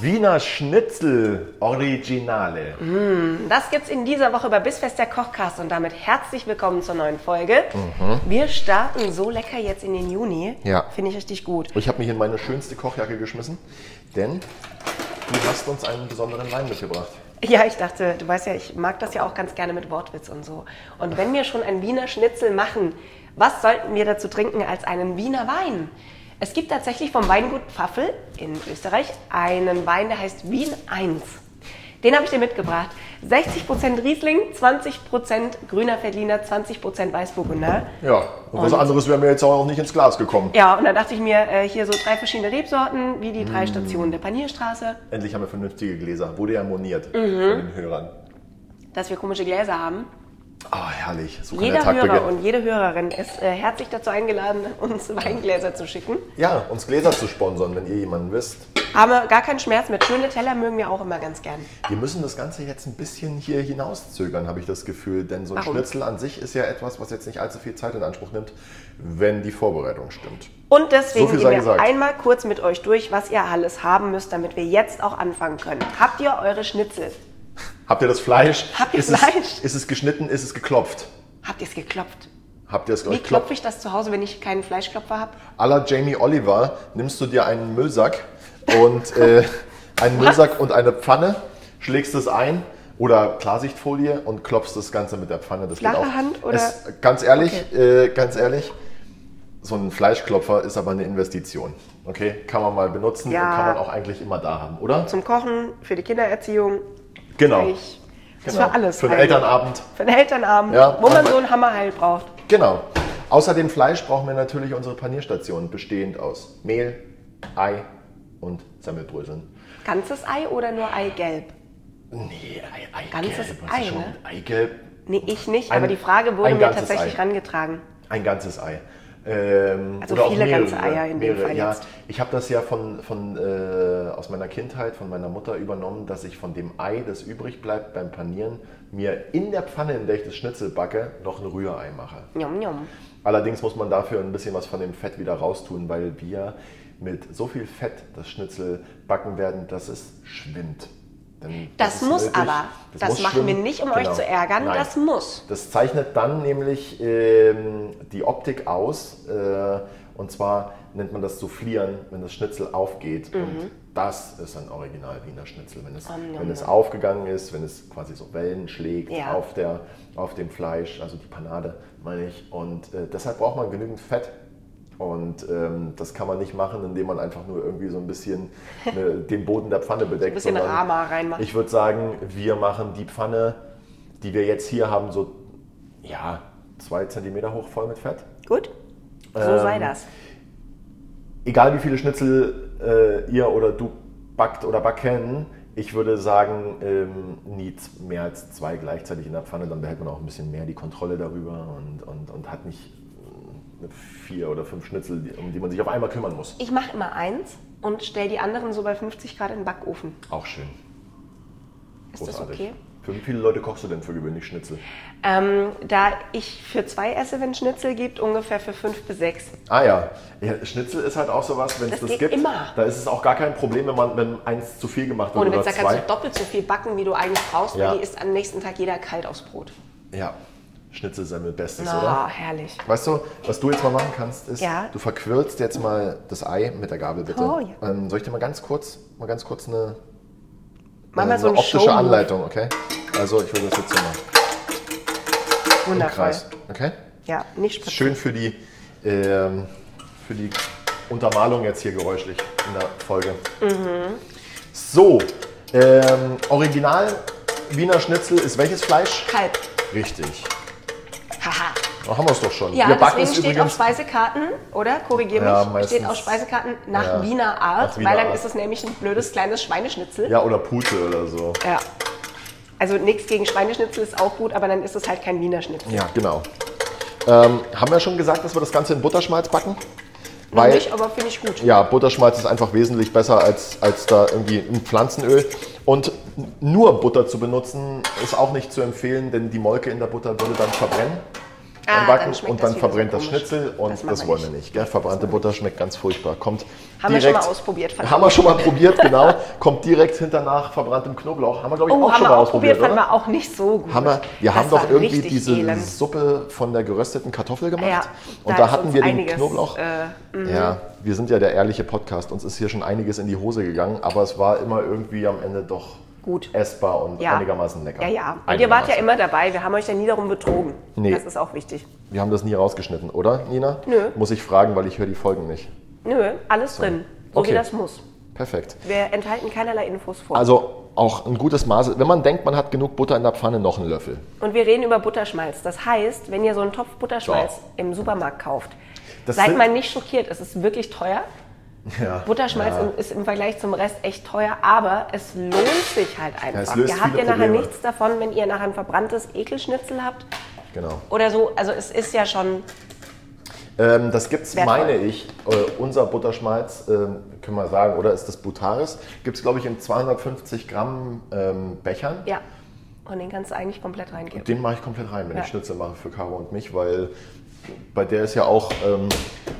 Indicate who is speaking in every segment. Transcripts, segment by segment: Speaker 1: Wiener Schnitzel Originale.
Speaker 2: Das gibt's in dieser Woche bei Bissfest der Kochcast und damit herzlich willkommen zur neuen Folge. Wir starten so lecker jetzt in den Juni.
Speaker 1: Ja.
Speaker 2: Finde ich richtig gut.
Speaker 1: Ich habe mich in meine schönste Kochjacke geschmissen, denn du hast uns einen besonderen Wein mitgebracht.
Speaker 2: Ja, ich dachte, du weißt ja, ich mag das ja auch ganz gerne mit Wortwitz und so. Und wenn wir schon ein Wiener Schnitzel machen, was sollten wir dazu trinken als einen Wiener Wein? Es gibt tatsächlich vom Weingut Pfaffel in Österreich einen Wein, der heißt Wien 1. Den habe ich dir mitgebracht. 60% Riesling, 20% grüner Veltliner, 20% Weißburgunder.
Speaker 1: Ja, und was anderes wäre mir jetzt auch nicht ins Glas gekommen.
Speaker 2: Ja, und dann dachte ich mir, äh, hier so drei verschiedene Rebsorten, wie die drei
Speaker 1: Mm.
Speaker 2: Stationen der Panierstraße,
Speaker 1: Endlich haben wir vernünftige Gläser. Wurde ja
Speaker 2: Mhm.
Speaker 1: moniert von den Hörern.
Speaker 2: dass wir komische Gläser haben.
Speaker 1: Ah, herrlich. So kann der
Speaker 2: Jeder
Speaker 1: Tag
Speaker 2: Hörer
Speaker 1: beginnen.
Speaker 2: und jede Hörerin ist äh, herzlich dazu eingeladen, uns Weingläser zu schicken.
Speaker 1: Ja, uns Gläser zu sponsern, wenn ihr jemanden wisst.
Speaker 2: Haben wir gar keinen Schmerz mit. Schöne Teller mögen wir auch immer ganz gern.
Speaker 1: Wir müssen das Ganze jetzt ein bisschen hier hinauszögern, habe ich das Gefühl. Denn so ein
Speaker 2: Warum?
Speaker 1: Schnitzel an sich ist ja etwas, was jetzt nicht allzu viel Zeit in Anspruch nimmt, wenn die Vorbereitung stimmt.
Speaker 2: Und deswegen
Speaker 1: So viel
Speaker 2: gehen
Speaker 1: sei
Speaker 2: wir
Speaker 1: gesagt.
Speaker 2: einmal kurz mit euch durch, was ihr alles haben müsst, damit wir jetzt auch anfangen können. Habt ihr eure Schnitzel?
Speaker 1: Habt ihr das Fleisch?
Speaker 2: Habt ihr
Speaker 1: ist
Speaker 2: Fleisch?
Speaker 1: Es, ist es geschnitten? Ist es geklopft?
Speaker 2: Habt ihr es geklopft?
Speaker 1: Habt ihr es
Speaker 2: Wie
Speaker 1: euch
Speaker 2: klopfe
Speaker 1: klopft?
Speaker 2: ich das zu Hause, wenn ich keinen Fleischklopfer habe?
Speaker 1: À la Jamie Oliver nimmst du dir einen Müllsack und äh, einen Müllsack und eine Pfanne, schlägst es ein oder Klarsichtfolie und klopfst das Ganze mit der Pfanne. Das
Speaker 2: Flache
Speaker 1: geht auch.
Speaker 2: Hand oder-
Speaker 1: Es, ganz ehrlich, äh, ganz ehrlich, so ein Fleischklopfer ist aber eine Investition. Okay, kann man mal benutzen
Speaker 2: Ja.
Speaker 1: und kann man auch eigentlich immer da haben, oder?
Speaker 2: Zum Kochen, für die Kindererziehung.
Speaker 1: Genau.
Speaker 2: Ich, das
Speaker 1: Genau.
Speaker 2: Für alles.
Speaker 1: Für den
Speaker 2: eigentlich.
Speaker 1: Elternabend.
Speaker 2: Für den Elternabend,
Speaker 1: Ja.
Speaker 2: wo man so einen Hammer heil braucht.
Speaker 1: Genau. Außer dem Fleisch brauchen wir natürlich unsere Panierstation, bestehend aus Mehl, Ei und Semmelbröseln.
Speaker 2: Ganzes Ei oder nur Eigelb?
Speaker 1: Nee, Ei, Eigelb.
Speaker 2: Ganzes
Speaker 1: was ist
Speaker 2: Ei,
Speaker 1: schon
Speaker 2: ne?
Speaker 1: Eigelb.
Speaker 2: Nee, ich nicht,
Speaker 1: Ein-
Speaker 2: aber die Frage wurde
Speaker 1: ein
Speaker 2: mir
Speaker 1: ganzes
Speaker 2: tatsächlich
Speaker 1: Ei.
Speaker 2: rangetragen.
Speaker 1: Ein ganzes Ei. Ähm,
Speaker 2: Also
Speaker 1: oder auch
Speaker 2: viele
Speaker 1: mehrere,
Speaker 2: ganze Eier in dem
Speaker 1: mehrere,
Speaker 2: Fall
Speaker 1: ja.
Speaker 2: jetzt.
Speaker 1: Ich habe das ja von, von, äh, aus meiner Kindheit, von meiner Mutter übernommen, dass ich von dem Ei, das übrig bleibt beim Panieren, mir in der Pfanne, in der ich das Schnitzel backe, noch ein Rührei mache.
Speaker 2: Njom, njom.
Speaker 1: Allerdings muss man dafür ein bisschen was von dem Fett wieder raustun, weil wir mit so viel Fett das Schnitzel backen werden, dass es schwimmt. Denn
Speaker 2: Das,
Speaker 1: ist
Speaker 2: muss
Speaker 1: nötig.
Speaker 2: aber. Das,
Speaker 1: muss
Speaker 2: machen wir
Speaker 1: schwimmen.
Speaker 2: nicht, um euch
Speaker 1: Genau.
Speaker 2: zu ärgern.
Speaker 1: Nein.
Speaker 2: Das muss.
Speaker 1: Das zeichnet dann nämlich ähm, die Optik aus. Äh, und zwar nennt man das Soufflieren, wenn das Schnitzel aufgeht. Und das ist ein Original Wiener Schnitzel. Wenn es,
Speaker 2: Mhm. Om, nom,
Speaker 1: wenn es
Speaker 2: nom.
Speaker 1: aufgegangen ist, wenn es quasi so Wellen schlägt
Speaker 2: Ja.
Speaker 1: auf, der, auf dem Fleisch, also die Panade, meine ich. Und äh, deshalb braucht man genügend Fett. Und ähm, das kann man nicht machen, indem man einfach nur irgendwie so ein bisschen äh, den Boden der Pfanne bedeckt.
Speaker 2: bisschen
Speaker 1: sondern
Speaker 2: Rama reinmachen.
Speaker 1: Ich würde sagen, wir machen die Pfanne, die wir jetzt hier haben, so ja, zwei Zentimeter hoch voll mit Fett.
Speaker 2: Gut? So
Speaker 1: Ähm.
Speaker 2: sei das.
Speaker 1: Egal wie viele Schnitzel äh, ihr oder du backt oder backen, ich würde sagen, ähm, nie z- mehr als zwei gleichzeitig in der Pfanne, dann behält man auch ein bisschen mehr die Kontrolle darüber und, und, und hat nicht äh, vier oder fünf Schnitzel, die- um die man sich auf einmal kümmern muss.
Speaker 2: Ich mache immer eins und stell die anderen so bei 50 Grad in den Backofen.
Speaker 1: Auch schön.
Speaker 2: Ist
Speaker 1: Großartig.
Speaker 2: das okay?
Speaker 1: Für wie viele Leute kochst du denn für gewöhnlich Schnitzel?
Speaker 2: Ähm, da ich für zwei esse, wenn Schnitzel gibt, ungefähr für fünf bis sechs.
Speaker 1: Ah ja. ja, Schnitzel ist halt auch sowas, wenn
Speaker 2: Das
Speaker 1: es das,
Speaker 2: geht
Speaker 1: gibt,
Speaker 2: immer.
Speaker 1: da ist es auch gar kein Problem, wenn man wenn eins zu viel gemacht wird
Speaker 2: Und
Speaker 1: oder
Speaker 2: jetzt kannst
Speaker 1: zwei.
Speaker 2: du doppelt so viel backen, wie du eigentlich brauchst,
Speaker 1: Ja.
Speaker 2: weil die ist am nächsten Tag jeder kalt aufs Brot.
Speaker 1: Ja, Schnitzelsemmel bestes,
Speaker 2: Ah,
Speaker 1: oder?
Speaker 2: herrlich.
Speaker 1: Weißt du, was du jetzt mal machen kannst, ist,
Speaker 2: Ja.
Speaker 1: du verquirlst jetzt mal das Ei mit der Gabel, bitte.
Speaker 2: Oh, ja.
Speaker 1: ähm, soll ich dir mal ganz kurz, mal ganz kurz eine,
Speaker 2: Mach
Speaker 1: eine,
Speaker 2: mal so einen
Speaker 1: optische
Speaker 2: Show.
Speaker 1: Anleitung, okay? Also, ich würde das jetzt so machen. Im
Speaker 2: Wundervoll.
Speaker 1: Kreis, okay?
Speaker 2: Ja, nicht
Speaker 1: Ist
Speaker 2: spitz.
Speaker 1: Schön für die, ähm, für die Untermalung jetzt hier geräuschlich in der Folge. So, ähm, Original Wiener Schnitzel ist welches Fleisch?
Speaker 2: Kalb.
Speaker 1: Richtig.
Speaker 2: Haha.
Speaker 1: Da haben wir es doch schon.
Speaker 2: Ja,
Speaker 1: Wir backen
Speaker 2: deswegen
Speaker 1: es
Speaker 2: steht auf
Speaker 1: übrigens-
Speaker 2: Speisekarten, oder? Korrigiere
Speaker 1: Ja,
Speaker 2: mich.
Speaker 1: meistens.
Speaker 2: Steht auf Speisekarten nach
Speaker 1: Ja,
Speaker 2: Wiener Art,
Speaker 1: nach Wiener
Speaker 2: weil dann
Speaker 1: Art.
Speaker 2: ist es nämlich ein blödes kleines Schweineschnitzel.
Speaker 1: Ja, oder Pute oder so.
Speaker 2: Ja. Also nichts gegen Schweineschnitzel ist auch gut, aber dann ist es halt kein Wiener Schnitzel.
Speaker 1: Ja, genau. Ähm, haben wir schon gesagt, dass wir das Ganze in Butterschmalz backen?
Speaker 2: Noch
Speaker 1: Weil,
Speaker 2: nicht, aber finde ich gut.
Speaker 1: ja, Butterschmalz ist einfach wesentlich besser als, als da irgendwie ein Pflanzenöl. Und n- nur Butter zu benutzen, ist auch nicht zu empfehlen, denn die Molke in der Butter würde dann verbrennen.
Speaker 2: Ah,
Speaker 1: beim Backen
Speaker 2: schmeckt
Speaker 1: und dann
Speaker 2: wieder so
Speaker 1: verbrennt das
Speaker 2: komisch.
Speaker 1: Schnitzel und das,
Speaker 2: machen wir
Speaker 1: wollen wir nicht. Gell? Verbrannte Butter schmeckt ganz furchtbar. Kommt
Speaker 2: Haben wir schon
Speaker 1: direkt,
Speaker 2: mal ausprobiert, fand
Speaker 1: Haben
Speaker 2: ich.
Speaker 1: wir schon mal probiert, genau. Kommt direkt hinter nach verbranntem Knoblauch. Haben wir, glaube ich,
Speaker 2: Oh,
Speaker 1: auch
Speaker 2: haben
Speaker 1: schon
Speaker 2: wir
Speaker 1: mal
Speaker 2: auch probiert,
Speaker 1: ausprobiert.
Speaker 2: fanden
Speaker 1: oder?
Speaker 2: wir auch nicht so gut.
Speaker 1: haben wir, wir
Speaker 2: Das
Speaker 1: haben
Speaker 2: war
Speaker 1: doch irgendwie
Speaker 2: richtig
Speaker 1: diese
Speaker 2: elend.
Speaker 1: Suppe von der gerösteten Kartoffel gemacht.
Speaker 2: Ja,
Speaker 1: und
Speaker 2: da
Speaker 1: da
Speaker 2: ist
Speaker 1: hatten
Speaker 2: uns
Speaker 1: wir den
Speaker 2: einiges,
Speaker 1: Knoblauch.
Speaker 2: äh,
Speaker 1: ja, wir sind ja der ehrliche Podcast. Uns ist hier schon einiges in die Hose gegangen, aber es war immer irgendwie am Ende doch
Speaker 2: Gut.
Speaker 1: essbar und
Speaker 2: Ja.
Speaker 1: einigermaßen lecker.
Speaker 2: Ja, ja. Und ihr
Speaker 1: Einigermaßen.
Speaker 2: wart ja immer dabei. Wir haben euch ja nie darum betrogen.
Speaker 1: Nee.
Speaker 2: Das ist auch wichtig.
Speaker 1: Wir haben das nie rausgeschnitten, oder, Nina?
Speaker 2: Nö.
Speaker 1: Muss ich fragen, weil ich höre die Folgen nicht.
Speaker 2: Nö, alles drin. So
Speaker 1: Okay.
Speaker 2: wie das muss.
Speaker 1: Perfekt.
Speaker 2: Wir enthalten keinerlei Infos vor.
Speaker 1: Also auch ein gutes Maß. Wenn man denkt, man hat genug Butter in der Pfanne, noch einen Löffel.
Speaker 2: Und wir reden über Butterschmalz. Das heißt, wenn ihr so einen Topf Butterschmalz
Speaker 1: So.
Speaker 2: im Supermarkt kauft,
Speaker 1: Das
Speaker 2: seid
Speaker 1: sind-
Speaker 2: mal nicht schockiert. Es ist wirklich teuer.
Speaker 1: Ja.
Speaker 2: Butterschmalz ist im Vergleich zum Rest echt teuer, aber es lohnt sich halt einfach.
Speaker 1: es löst
Speaker 2: ihr habt
Speaker 1: viele
Speaker 2: ja nachher
Speaker 1: Probleme.
Speaker 2: nichts davon, wenn ihr nachher ein verbranntes Ekelschnitzel habt
Speaker 1: Genau.
Speaker 2: oder so. Also es ist ja schon
Speaker 1: Ähm, das gibt's,
Speaker 2: Wertvoll.
Speaker 1: meine ich, äh, unser Butterschmalz, ähm, können wir sagen, oder ist das Butaris? Gibt's, glaube ich, in 250 Gramm ähm, Bechern.
Speaker 2: ja. Und den kannst du eigentlich komplett reingeben.
Speaker 1: Den mache ich komplett rein, wenn
Speaker 2: Ja.
Speaker 1: ich Schnitzel mache für Caro und mich, weil bei der ist ja auch ähm,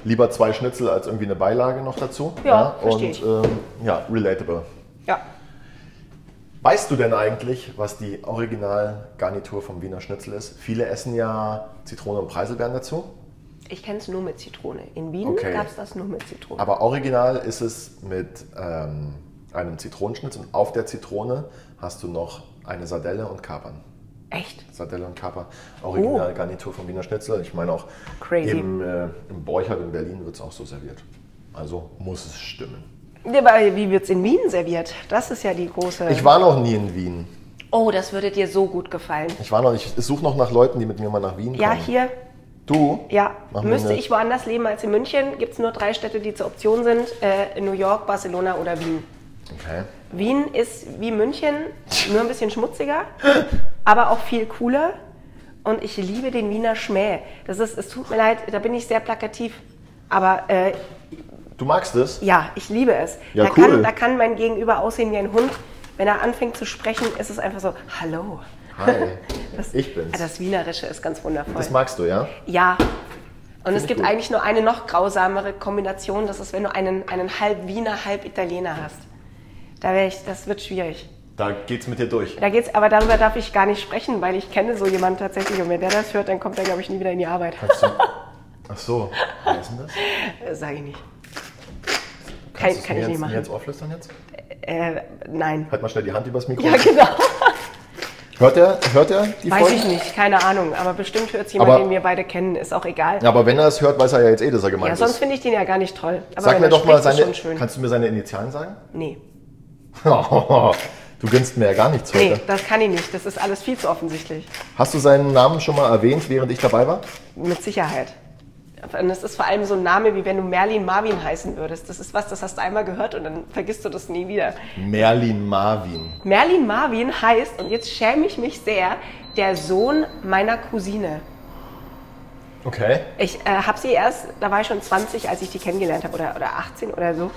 Speaker 1: lieber zwei Schnitzel als irgendwie eine Beilage noch dazu.
Speaker 2: Ja,
Speaker 1: und
Speaker 2: verstehe ich.
Speaker 1: ähm, ja, relatable.
Speaker 2: Ja.
Speaker 1: Weißt du denn eigentlich, was die Originalgarnitur vom Wiener Schnitzel ist? Viele essen ja Zitrone und Preiselbeeren dazu.
Speaker 2: Ich kenne es nur mit Zitrone. In Wien
Speaker 1: Okay.
Speaker 2: gab es das nur mit Zitrone.
Speaker 1: Aber original ist es mit ähm, einem Zitronenschnitzel und auf der Zitrone hast du noch eine Sardelle und Kapern.
Speaker 2: Echt?
Speaker 1: Sardelle und Kapern, original Garnitur vom Wiener Schnitzel. Ich meine auch
Speaker 2: Oh. Crazy.
Speaker 1: im, äh, im Borchert in Berlin wird es auch so serviert. Also muss es stimmen.
Speaker 2: Ja, Aber wie wird es in Wien serviert? Das ist ja die große.
Speaker 1: Ich war noch nie in Wien.
Speaker 2: oh, das würde dir so gut gefallen.
Speaker 1: Ich war noch nicht. Ich suche noch nach Leuten, die mit mir mal nach Wien
Speaker 2: Ja,
Speaker 1: kommen.
Speaker 2: hier,
Speaker 1: Du?
Speaker 2: ja.
Speaker 1: Machen wir
Speaker 2: Müsste
Speaker 1: eine-
Speaker 2: ich woanders leben als in München, gibt es nur drei Städte, die zur Option sind: äh, New York, Barcelona oder Wien.
Speaker 1: Okay.
Speaker 2: Wien ist wie München, nur ein bisschen schmutziger, aber auch viel cooler. Und ich liebe den Wiener Schmäh. Das ist, es tut mir leid, da bin ich sehr plakativ. Aber äh,
Speaker 1: Du magst es?
Speaker 2: ja, ich liebe es.
Speaker 1: Ja,
Speaker 2: da,
Speaker 1: cool.
Speaker 2: kann, da kann mein Gegenüber aussehen wie ein Hund. Wenn er anfängt zu sprechen, ist es einfach so, hallo.
Speaker 1: Hi.
Speaker 2: Das, Ah,
Speaker 1: ich bin's.
Speaker 2: Das Wienerische ist ganz wundervoll.
Speaker 1: Das magst du, ja?
Speaker 2: Ja. Und es
Speaker 1: ich
Speaker 2: gibt
Speaker 1: gut.
Speaker 2: eigentlich nur eine noch grausamere Kombination, das ist, wenn du einen, einen halb Wiener, halb Italiener hast. Da wär ich, das wird schwierig.
Speaker 1: Da geht's mit dir durch.
Speaker 2: Da geht's, aber darüber darf ich gar nicht sprechen, weil ich kenne so jemanden tatsächlich. Und wenn der das hört, dann kommt er, glaube ich, nie wieder in die Arbeit.
Speaker 1: Ach so. Wer ist denn das?
Speaker 2: Äh, Sag ich nicht. Kann,
Speaker 1: Kannst du es
Speaker 2: kann
Speaker 1: mir
Speaker 2: ich
Speaker 1: jetzt,
Speaker 2: nicht
Speaker 1: mir
Speaker 2: machen.
Speaker 1: jetzt auflüstern jetzt?
Speaker 2: Äh, nein.
Speaker 1: Halt mal schnell die Hand übers Mikro.
Speaker 2: Ja, genau.
Speaker 1: Hört er, hört er die
Speaker 2: Weiß
Speaker 1: Folge?
Speaker 2: ich nicht, keine Ahnung. Aber bestimmt hört es jemand,
Speaker 1: Aber-
Speaker 2: den wir beide kennen. Ist auch egal.
Speaker 1: Aber wenn er es hört, weiß er ja jetzt eh, dass er gemeint
Speaker 2: Ja, sonst
Speaker 1: ist.
Speaker 2: finde ich den ja gar nicht toll. Aber
Speaker 1: Sag
Speaker 2: wenn
Speaker 1: mir
Speaker 2: er
Speaker 1: doch mal
Speaker 2: spricht, ist Schon
Speaker 1: seine.
Speaker 2: schön.
Speaker 1: Kannst du mir seine Initialen sagen?
Speaker 2: Nee.
Speaker 1: du gönnst mir ja gar nichts heute.
Speaker 2: nee, das kann ich nicht. Das ist alles viel zu offensichtlich.
Speaker 1: Hast du seinen Namen schon mal erwähnt, während ich dabei war?
Speaker 2: Mit Sicherheit. Und es ist vor allem so ein Name, wie wenn du Merlin Marvin heißen würdest. Das ist was, das hast du einmal gehört und dann vergisst du das nie wieder.
Speaker 1: Merlin Marvin.
Speaker 2: Merlin Marvin heißt, und jetzt schäme ich mich sehr, der Sohn meiner Cousine.
Speaker 1: Okay.
Speaker 2: Ich äh, habe sie erst, da war ich schon 20, als ich die kennengelernt habe, oder, oder 18 oder so.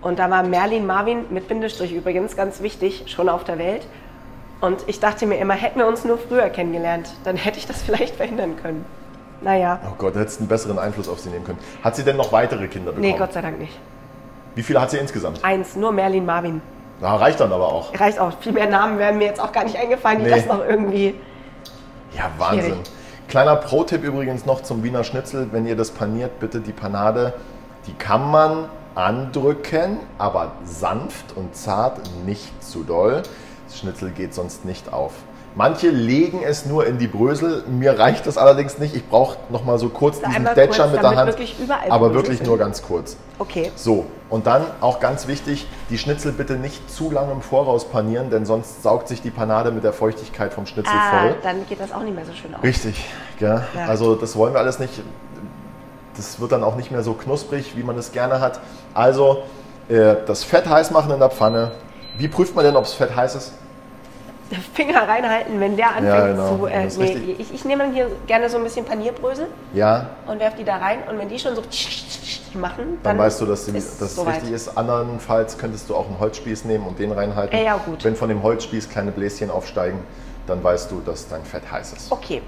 Speaker 2: Und da war Merlin Marvin mit Bindestrich übrigens ganz wichtig, schon auf der Welt. Und ich dachte mir immer, hätten wir uns nur früher kennengelernt, dann hätte ich das vielleicht verhindern können. Naja,
Speaker 1: Oh Gott, da hättest du einen besseren Einfluss auf sie nehmen können. Hat sie denn noch weitere Kinder bekommen?
Speaker 2: nee, Gott sei Dank nicht.
Speaker 1: Wie viele hat sie insgesamt?
Speaker 2: Eins, nur Merlin Marvin.
Speaker 1: Na, reicht dann aber auch.
Speaker 2: Reicht auch. Viel mehr Namen wären mir jetzt auch gar nicht eingefallen, die
Speaker 1: Nee.
Speaker 2: das noch irgendwie.
Speaker 1: Ja, Wahnsinn.
Speaker 2: Schwierig.
Speaker 1: Kleiner Pro-Tipp übrigens noch zum Wiener Schnitzel. Wenn ihr das paniert, bitte die Panade, die kann man andrücken, aber sanft und zart, nicht zu doll. Das Schnitzel geht sonst nicht auf. Manche legen es nur in die Brösel. Mir reicht das allerdings nicht. Ich brauche nochmal so kurz diesen
Speaker 2: einmal
Speaker 1: Detscher
Speaker 2: kurz,
Speaker 1: mit der
Speaker 2: damit
Speaker 1: Hand.
Speaker 2: wirklich überall
Speaker 1: aber
Speaker 2: Brösel
Speaker 1: wirklich
Speaker 2: sind.
Speaker 1: nur ganz kurz.
Speaker 2: Okay.
Speaker 1: So, und dann auch ganz wichtig, die Schnitzel bitte nicht zu lange im Voraus panieren, denn sonst saugt sich die Panade mit der Feuchtigkeit vom Schnitzel
Speaker 2: Ah,
Speaker 1: voll.
Speaker 2: dann geht das auch nicht mehr so schön auf.
Speaker 1: Richtig, gell?
Speaker 2: Ja.
Speaker 1: Also das wollen wir alles nicht. Das wird dann auch nicht mehr so knusprig, wie man es gerne hat. Also äh, das Fett heiß machen in der Pfanne. Wie prüft man denn, ob es Fett heiß ist?
Speaker 2: Finger reinhalten, wenn der anfängt
Speaker 1: Ja, genau.
Speaker 2: zu.
Speaker 1: Das
Speaker 2: Äh,
Speaker 1: ist
Speaker 2: nee,
Speaker 1: richtig.
Speaker 2: ich, ich nehme dann hier gerne so ein bisschen Panierbrösel
Speaker 1: Ja,
Speaker 2: und werfe die da rein. Und wenn die schon so machen,
Speaker 1: dann, weißt du, dass, die,
Speaker 2: ist
Speaker 1: dass es
Speaker 2: soweit.
Speaker 1: richtig ist. Andernfalls könntest du auch einen Holzspieß nehmen und den reinhalten.
Speaker 2: Ja, ja, gut.
Speaker 1: Wenn von dem Holzspieß kleine Bläschen aufsteigen, dann weißt du, dass dein Fett heiß ist.
Speaker 2: Okay.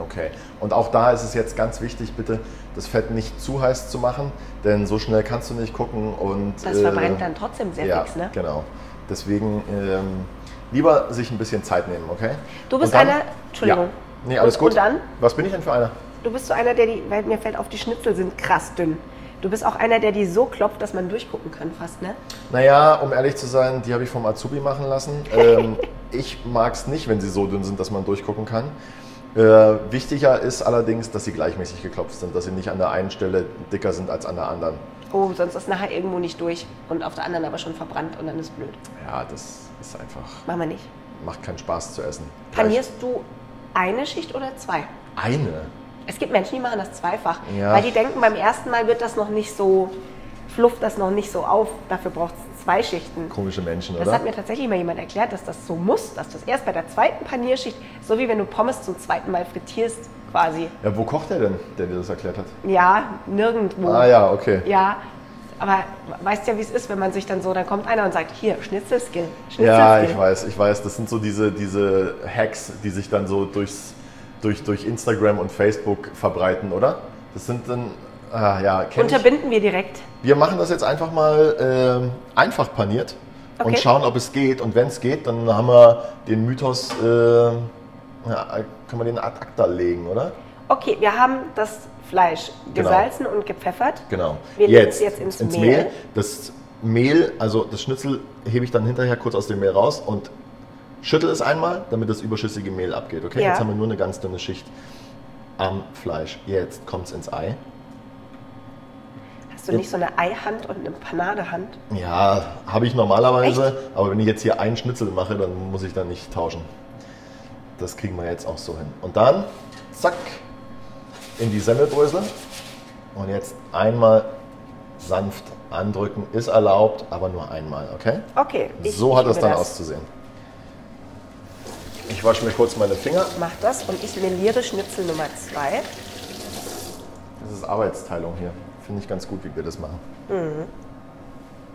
Speaker 1: Okay. Und auch da ist es jetzt ganz wichtig, bitte das Fett nicht zu heiß zu machen, denn so schnell kannst du nicht gucken und äh,
Speaker 2: Das verbrennt dann trotzdem sehr
Speaker 1: ja,
Speaker 2: fix, ne?
Speaker 1: Genau. Deswegen ähm, lieber sich ein bisschen Zeit nehmen, okay?
Speaker 2: Du bist
Speaker 1: Und dann-
Speaker 2: einer- Entschuldigung.
Speaker 1: Ja. Nee, alles
Speaker 2: Und-
Speaker 1: gut.
Speaker 2: und dann?
Speaker 1: Was bin ich denn für einer?
Speaker 2: Du bist so einer, der die, weil mir fällt auf, die Schnitzel sind krass dünn. Du bist auch einer, der die so klopft, dass man durchgucken kann fast, ne?
Speaker 1: Naja, um ehrlich zu sein, die habe ich vom Azubi machen lassen. Ähm, ich mag es nicht, wenn sie so dünn sind, dass man durchgucken kann. Äh, wichtiger ist allerdings, dass sie gleichmäßig geklopft sind, dass sie nicht an der einen Stelle dicker sind als an der anderen.
Speaker 2: Oh, sonst ist nachher irgendwo nicht durch und auf der anderen aber schon verbrannt und dann ist blöd.
Speaker 1: Ja, das ist einfach,
Speaker 2: Machen wir nicht.
Speaker 1: macht keinen Spaß zu essen.
Speaker 2: Panierst du eine Schicht oder zwei?
Speaker 1: Gleich- Eine?
Speaker 2: Es gibt Menschen, die machen das zweifach,
Speaker 1: Ja.
Speaker 2: weil die denken, beim ersten Mal wird das noch nicht so, flufft das noch nicht so auf. Dafür braucht es zwei Schichten.
Speaker 1: Komische Menschen,
Speaker 2: Das
Speaker 1: oder?
Speaker 2: hat mir tatsächlich mal jemand erklärt, dass das so muss, dass du das erst bei der zweiten Panierschicht, so wie wenn du Pommes zum zweiten Mal frittierst, quasi.
Speaker 1: ja, wo kocht der denn, der dir das erklärt hat?
Speaker 2: Ja, nirgendwo.
Speaker 1: Ah ja, okay.
Speaker 2: Ja, aber weißt ja, wie es ist, wenn man sich dann so, dann kommt einer und sagt, hier, Schnitzelskill, Schnitzelskill.
Speaker 1: Ja, ich weiß, ich weiß. Das sind so diese, diese Hacks, die sich dann so durchs, durch, durch Instagram und Facebook verbreiten, oder? Das sind dann, ah, ja, kenn ich.
Speaker 2: Unterbinden wir direkt.
Speaker 1: Wir machen das jetzt einfach mal ähm, einfach paniert und
Speaker 2: Okay.
Speaker 1: schauen, ob es geht. Und wenn es geht, dann haben wir den Mythos, äh, ja, können wir den ad acta legen, oder?
Speaker 2: Okay, wir haben das Fleisch
Speaker 1: Genau.
Speaker 2: gesalzen und gepfeffert.
Speaker 1: Genau.
Speaker 2: Wir legen's jetzt ins Mehl.
Speaker 1: Das Mehl, also das Schnitzel hebe ich dann hinterher kurz aus dem Mehl raus und schüttel es einmal, damit das überschüssige Mehl abgeht. Okay,
Speaker 2: Ja.
Speaker 1: jetzt haben wir nur eine ganz dünne Schicht am Fleisch. Jetzt kommt's ins Ei.
Speaker 2: Hast du nicht so eine Eihand und eine Panadehand?
Speaker 1: Ja, habe ich normalerweise, aber wenn ich jetzt hier einen Schnitzel mache, dann muss ich da nicht tauschen. Das kriegen wir jetzt auch so hin. Und dann, zack, in die Semmelbrösel. Und jetzt einmal sanft andrücken, ist erlaubt, aber nur einmal, okay?
Speaker 2: Okay. ich-
Speaker 1: so
Speaker 2: ich
Speaker 1: hat das
Speaker 2: liebe
Speaker 1: dann auszusehen. Ich wasche mir kurz meine Finger.
Speaker 2: Mach das und ich meliere Schnitzel Nummer zwei.
Speaker 1: Das ist Arbeitsteilung hier. Finde ich ganz gut, wie wir das machen.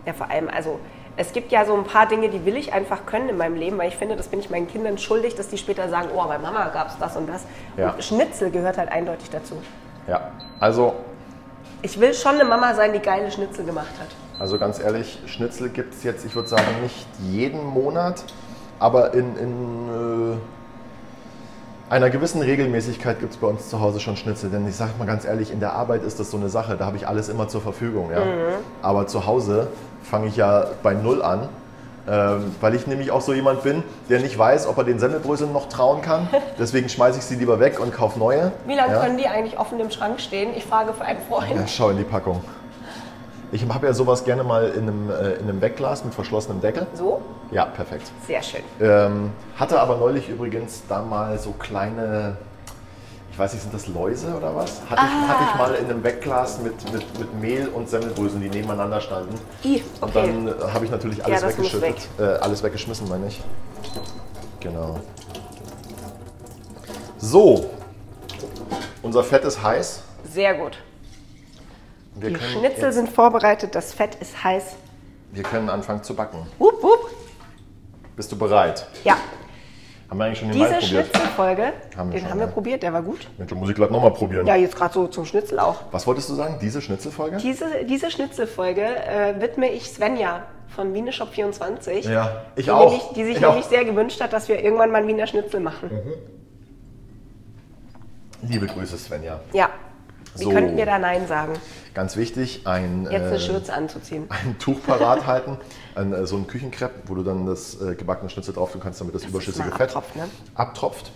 Speaker 2: Ja, vor allem, also es gibt ja so ein paar Dinge, die will ich einfach können in meinem Leben, weil ich finde, das bin ich meinen Kindern schuldig, dass die später sagen, oh, bei Mama gab es das und das.
Speaker 1: Ja.
Speaker 2: Und Schnitzel gehört halt eindeutig dazu.
Speaker 1: Ja, also
Speaker 2: Ich will schon eine Mama sein, die geile Schnitzel gemacht hat.
Speaker 1: Also ganz ehrlich, Schnitzel gibt es jetzt, ich würde sagen, nicht jeden Monat, aber in, in äh, einer gewissen Regelmäßigkeit gibt es bei uns zu Hause schon Schnitzel. Denn ich sage mal ganz ehrlich, in der Arbeit ist das so eine Sache, da habe ich alles immer zur Verfügung. Ja? Aber zu Hause fange ich ja bei Null an. Ähm, weil ich nämlich auch so jemand bin, der nicht weiß, ob er den Semmelbröseln noch trauen kann. Deswegen schmeiße ich sie lieber weg und kaufe neue.
Speaker 2: Wie lange
Speaker 1: ja?
Speaker 2: können die eigentlich offen im Schrank stehen? Ich frage für einen
Speaker 1: Ja,
Speaker 2: Freund.
Speaker 1: schau in die Packung. Ich habe ja sowas gerne mal in einem, äh, in einem Wegglas mit verschlossenem Deckel.
Speaker 2: So?
Speaker 1: Ja, perfekt.
Speaker 2: Sehr schön.
Speaker 1: Ähm, hatte aber neulich übrigens da mal so kleine, ich weiß nicht, sind das Läuse oder was? Hatte,
Speaker 2: Ah.
Speaker 1: ich, hatte ich mal in einem Wegglas mit, mit, mit Mehl und Semmelbröseln, die nebeneinander standen.
Speaker 2: I,
Speaker 1: Und
Speaker 2: okay.
Speaker 1: dann äh, habe ich natürlich alles
Speaker 2: das muss
Speaker 1: weggeschüttet. Äh, alles weggeschmissen, meine ich. Genau. So, unser Fett ist heiß.
Speaker 2: Sehr gut.
Speaker 1: Wir
Speaker 2: Die
Speaker 1: können
Speaker 2: Schnitzel
Speaker 1: jetzt-
Speaker 2: sind vorbereitet, das Fett ist heiß.
Speaker 1: Wir können anfangen zu backen.
Speaker 2: Wupp, wupp.
Speaker 1: Bist du bereit?
Speaker 2: Ja,
Speaker 1: Haben wir eigentlich schon den Mal
Speaker 2: diese
Speaker 1: probiert?
Speaker 2: Schnitzelfolge,
Speaker 1: Haben wir
Speaker 2: den
Speaker 1: schon,
Speaker 2: haben wir
Speaker 1: ja.
Speaker 2: probiert, der war gut.
Speaker 1: Mensch, dann muss ich gleich nochmal probieren.
Speaker 2: Ja, jetzt gerade so zum Schnitzel auch.
Speaker 1: Was wolltest du sagen? Diese Schnitzelfolge?
Speaker 2: Diese, diese Schnitzelfolge äh, widme ich Svenja von Wiener Shop 24.
Speaker 1: Ja, ich
Speaker 2: die
Speaker 1: auch.
Speaker 2: Nämlich, die sich
Speaker 1: Ich
Speaker 2: nämlich
Speaker 1: auch. Mhm.
Speaker 2: sehr gewünscht hat, dass wir irgendwann mal einen Wiener Schnitzel machen.
Speaker 1: Liebe Grüße, Svenja.
Speaker 2: Ja. Wie
Speaker 1: So.
Speaker 2: könnten wir da Nein sagen?
Speaker 1: Ganz wichtig, ein,
Speaker 2: Jetzt eine
Speaker 1: äh,
Speaker 2: Schürze anzuziehen.
Speaker 1: ein Tuch parat halten, ein, äh, so ein Küchenkrepp, wo du dann das äh, gebackene Schnitzel drauf tun kannst, damit das, überschüssige
Speaker 2: mal
Speaker 1: Fett
Speaker 2: abtropft, ne?
Speaker 1: abtropft.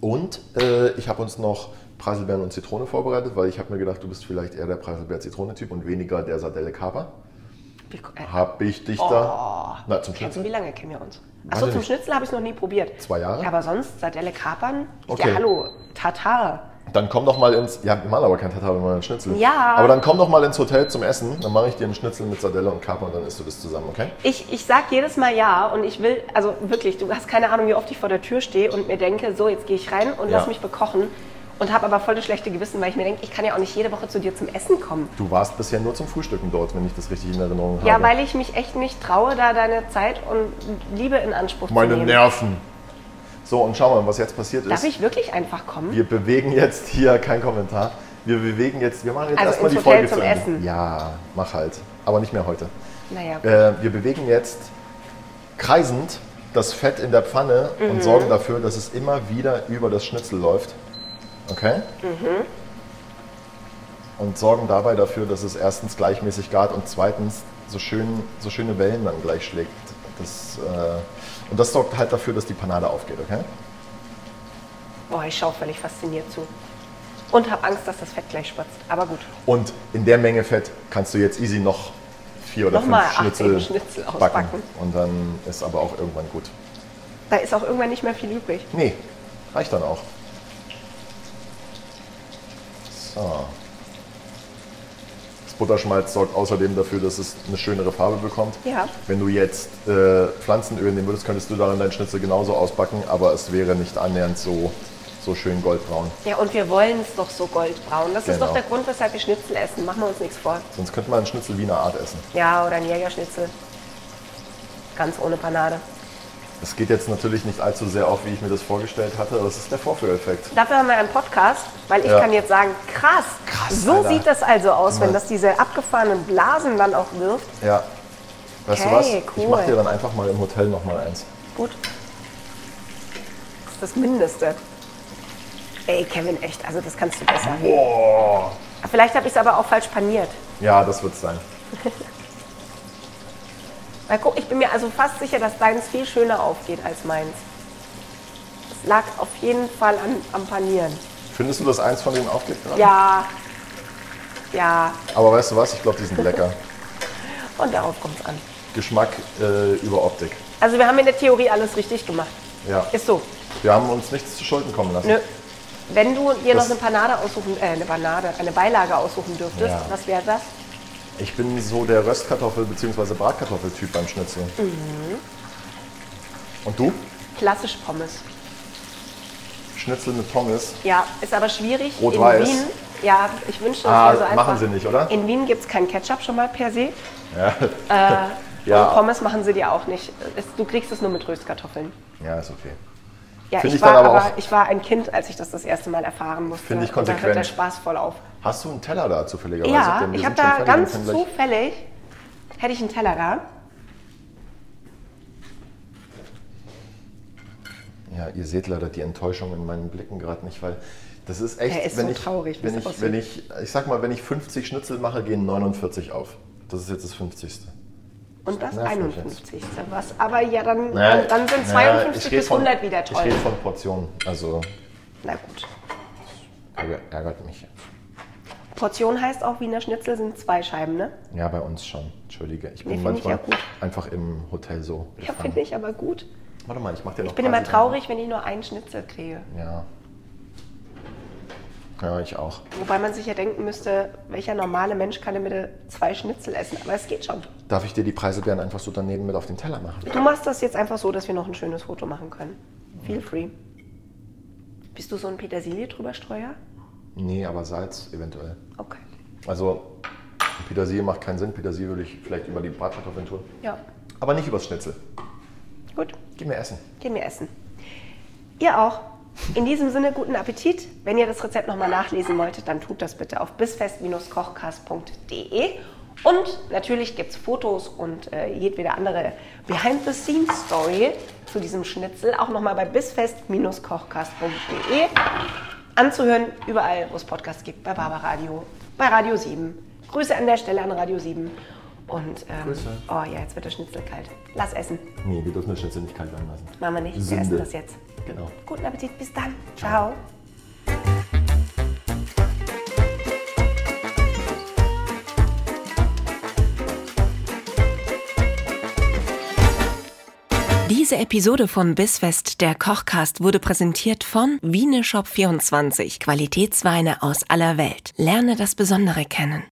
Speaker 1: Und äh, ich habe uns noch Preiselbeeren und Zitrone vorbereitet, weil ich habe mir gedacht, du bist vielleicht eher der Preiselbeer-Zitrone-Typ und weniger der Sardelle Kaper.
Speaker 2: Wie- äh,
Speaker 1: Hab ich dich da. Na,
Speaker 2: Also
Speaker 1: zum
Speaker 2: wie
Speaker 1: Schnitzel?
Speaker 2: lange kennen wir uns?
Speaker 1: Weiß
Speaker 2: Achso,
Speaker 1: ich
Speaker 2: zum
Speaker 1: nicht.
Speaker 2: Schnitzel habe ich es noch nie probiert.
Speaker 1: Zwei Jahre?
Speaker 2: Aber sonst Sardelle kapern?
Speaker 1: Okay.
Speaker 2: Ja, hallo, Tatar.
Speaker 1: Dann komm doch mal ins. Ja, wir machen aber kein Tatar, wir machen einen Schnitzel.
Speaker 2: Ja.
Speaker 1: Aber dann komm doch mal ins Hotel zum Essen, dann mache ich dir einen Schnitzel mit Sardelle und Kaper und dann isst du das zusammen, okay?
Speaker 2: Ich, ich sag jedes Mal ja und ich will, also wirklich, du hast keine Ahnung, wie oft ich vor der Tür stehe und mir denke, so, jetzt gehe ich rein und
Speaker 1: Ja.
Speaker 2: lass mich bekochen und habe aber voll das schlechte Gewissen, weil ich mir denke, ich kann ja auch nicht jede Woche zu dir zum Essen kommen.
Speaker 1: Du warst bisher nur zum Frühstücken dort, wenn ich das richtig in Erinnerung habe.
Speaker 2: Ja, weil ich mich echt nicht traue, da deine Zeit und Liebe in Anspruch zu
Speaker 1: Meine
Speaker 2: nehmen.
Speaker 1: Nerven. So, und schau mal, was jetzt passiert ist.
Speaker 2: Darf ich wirklich einfach kommen?
Speaker 1: Wir bewegen jetzt hier, kein Kommentar. Wir bewegen jetzt, wir machen jetzt
Speaker 2: Also
Speaker 1: erstmal die
Speaker 2: ins Hotel
Speaker 1: Folge
Speaker 2: zum
Speaker 1: zu Ende.
Speaker 2: Essen.
Speaker 1: Ja, mach halt. Aber nicht mehr heute.
Speaker 2: Naja, gut.
Speaker 1: Äh, wir bewegen jetzt kreisend das Fett in der Pfanne
Speaker 2: Mhm.
Speaker 1: und sorgen dafür, dass es immer wieder über das Schnitzel läuft. Okay?
Speaker 2: Mhm.
Speaker 1: Und sorgen dabei dafür, dass es erstens gleichmäßig gart und zweitens so, schön, so schöne Wellen dann gleich schlägt. Das, äh, und das sorgt halt dafür, dass die Panade aufgeht, okay?
Speaker 2: Boah, ich schaue völlig fasziniert zu. Und habe Angst, dass das Fett gleich spritzt. Aber gut.
Speaker 1: Und in der Menge Fett kannst du jetzt easy noch vier oder
Speaker 2: Nochmal
Speaker 1: fünf Schnitzel,
Speaker 2: 18 Schnitzel
Speaker 1: backen.
Speaker 2: ausbacken.
Speaker 1: Und dann ist aber auch irgendwann gut.
Speaker 2: Da ist auch irgendwann nicht mehr viel übrig.
Speaker 1: Nee, reicht dann auch. So. Das Butterschmalz sorgt außerdem dafür, dass es eine schönere Farbe bekommt.
Speaker 2: Ja.
Speaker 1: Wenn du jetzt äh, Pflanzenöl nehmen würdest, könntest du daran dein Schnitzel genauso ausbacken, aber es wäre nicht annähernd so, so schön goldbraun.
Speaker 2: Ja, und wir wollen es doch so goldbraun. Das ist
Speaker 1: Genau.
Speaker 2: doch der Grund, weshalb wir Schnitzel essen. Machen wir uns nichts vor.
Speaker 1: Sonst könnte man einen Schnitzel Wiener Art essen.
Speaker 2: Ja, oder ein Jägerschnitzel. Ganz ohne Panade.
Speaker 1: Es geht jetzt natürlich nicht allzu sehr auf, wie ich mir das vorgestellt hatte, aber es ist der Vorführeffekt.
Speaker 2: Dafür haben wir einen Podcast, weil ich
Speaker 1: Ja.
Speaker 2: kann jetzt sagen, krass,
Speaker 1: Krass,
Speaker 2: so
Speaker 1: Alter.
Speaker 2: sieht das also aus, wenn
Speaker 1: Ja.
Speaker 2: das diese abgefahrenen Blasen dann auch wirft.
Speaker 1: Ja. Weißt du
Speaker 2: Okay,
Speaker 1: was? Ich
Speaker 2: cool.
Speaker 1: mache dir dann einfach mal im Hotel nochmal eins.
Speaker 2: Gut. Das ist das Mindeste. Ey, Kevin, echt, also das kannst du besser.
Speaker 1: Boah.
Speaker 2: Vielleicht habe ich es aber auch falsch paniert.
Speaker 1: Ja, das wird's sein.
Speaker 2: Weil guck, ich bin mir also fast sicher, dass deins viel schöner aufgeht als meins. Es lag auf jeden Fall an, am Panieren.
Speaker 1: Findest du, dass eins von denen aufgeht gerade?
Speaker 2: Ja. Ja.
Speaker 1: Aber weißt du was? Ich glaube, die sind lecker.
Speaker 2: Und darauf kommt es an.
Speaker 1: Geschmack äh, über Optik.
Speaker 2: Also wir haben in der Theorie alles richtig gemacht.
Speaker 1: Ja.
Speaker 2: Ist so.
Speaker 1: Wir haben uns nichts zu Schulden kommen lassen.
Speaker 2: Nö. Wenn du dir
Speaker 1: Das-
Speaker 2: noch eine Panade aussuchen, äh, eine Panade, eine Beilage aussuchen dürftest,
Speaker 1: Ja.
Speaker 2: was wäre das?
Speaker 1: Ich bin so der Röstkartoffel- bzw. Bratkartoffel-Typ beim Schnitzel.
Speaker 2: Mhm.
Speaker 1: Und du?
Speaker 2: Klassisch Pommes.
Speaker 1: Schnitzel mit Pommes.
Speaker 2: Ja, ist aber schwierig.
Speaker 1: Rot-Weiß.
Speaker 2: In Wien, ja, ich wünschte, es
Speaker 1: Ah,
Speaker 2: wäre so einfach.
Speaker 1: machen sie nicht, oder?
Speaker 2: In Wien gibt es keinen Ketchup schon mal per se. Und
Speaker 1: Ja.
Speaker 2: Pommes machen sie dir auch nicht. Es, du kriegst es nur mit Röstkartoffeln.
Speaker 1: Ja, ist okay.
Speaker 2: Ja,
Speaker 1: Finde
Speaker 2: ich,
Speaker 1: ich
Speaker 2: war
Speaker 1: dann aber
Speaker 2: aber,
Speaker 1: auch-
Speaker 2: ich war ein Kind, als ich das das erste Mal erfahren musste.
Speaker 1: Finde ich
Speaker 2: Und Da hört der
Speaker 1: konsequent.
Speaker 2: Spaß voll auf.
Speaker 1: Hast du einen Teller da zufälligerweise?
Speaker 2: Ja,
Speaker 1: Denn wir
Speaker 2: ich habe
Speaker 1: sind
Speaker 2: da
Speaker 1: schon fertig und
Speaker 2: ganz
Speaker 1: können gleich-
Speaker 2: zufällig, hätte ich einen Teller da.
Speaker 1: Ja, ihr seht leider die Enttäuschung in meinen Blicken gerade nicht, weil das ist echt,
Speaker 2: Er ist
Speaker 1: wenn
Speaker 2: so
Speaker 1: ich,
Speaker 2: traurig, wie
Speaker 1: wenn
Speaker 2: es
Speaker 1: ich, wenn ich, ich sag mal, wenn ich 50 Schnitzel mache, gehen 49 auf. Das ist jetzt das 50.
Speaker 2: Und das
Speaker 1: nervt mich
Speaker 2: 51. Was? Aber ja, dann, dann sind 52 bis 100 wieder
Speaker 1: Ich
Speaker 2: toll.
Speaker 1: rede von Portionen, also
Speaker 2: Na gut.
Speaker 1: ärger- ärgert mich.
Speaker 2: Portion heißt auch Wiener Schnitzel sind zwei Scheiben, ne?
Speaker 1: Ja, bei uns schon. Entschuldige, ich bin
Speaker 2: Nee, finde ich
Speaker 1: manchmal
Speaker 2: ja gut.
Speaker 1: einfach im Hotel so.
Speaker 2: Ja,
Speaker 1: gefangen.
Speaker 2: finde ich aber gut.
Speaker 1: Warte mal, ich mach dir noch
Speaker 2: Ich bin immer traurig, wenn ich nur einen Schnitzel kriege.
Speaker 1: Ja. Ja, ich auch.
Speaker 2: Wobei man sich ja denken müsste, welcher normale Mensch kann denn bitte zwei Schnitzel essen? Aber es geht schon.
Speaker 1: Darf ich dir die Preiselbeeren einfach so daneben mit auf den Teller machen?
Speaker 2: Du machst das jetzt einfach so, dass wir noch ein schönes Foto machen können. Feel free. Bist du so ein Petersilie drüber Streuer?
Speaker 1: Nee, aber Salz eventuell.
Speaker 2: Okay.
Speaker 1: Also Petersilie macht keinen Sinn. Petersilie würde ich vielleicht über die Bratkartoffeln tun.
Speaker 2: Ja.
Speaker 1: Aber nicht übers Schnitzel.
Speaker 2: Gut,
Speaker 1: Gib mir Essen.
Speaker 2: gehen wir essen. Ihr auch. In diesem Sinne guten Appetit. Wenn ihr das Rezept nochmal nachlesen wolltet, dann tut das bitte auf bisfest-kochcast.de. Und natürlich gibt es Fotos und äh, jedwede andere Behind-the-Scenes-Story zu diesem Schnitzel auch nochmal bei bisfest-kochcast.de. anzuhören, überall, wo es Podcasts gibt, bei Barbaradio, bei Radio 7, Grüße an der Stelle an Radio 7. Und, ähm, oh ja, jetzt wird der Schnitzel kalt. Lass essen.
Speaker 1: Nee, wir dürfen das Schnitzel nicht kalt werden lassen.
Speaker 2: Machen wir nicht. Wir
Speaker 1: Sünde.
Speaker 2: essen das jetzt.
Speaker 1: Genau.
Speaker 2: Guten Appetit. Bis dann. Ciao.
Speaker 3: Diese Episode von Bissfest, der Kochcast, wurde präsentiert von Wieneshop24, Qualitätsweine aus aller Welt. Lerne das Besondere kennen.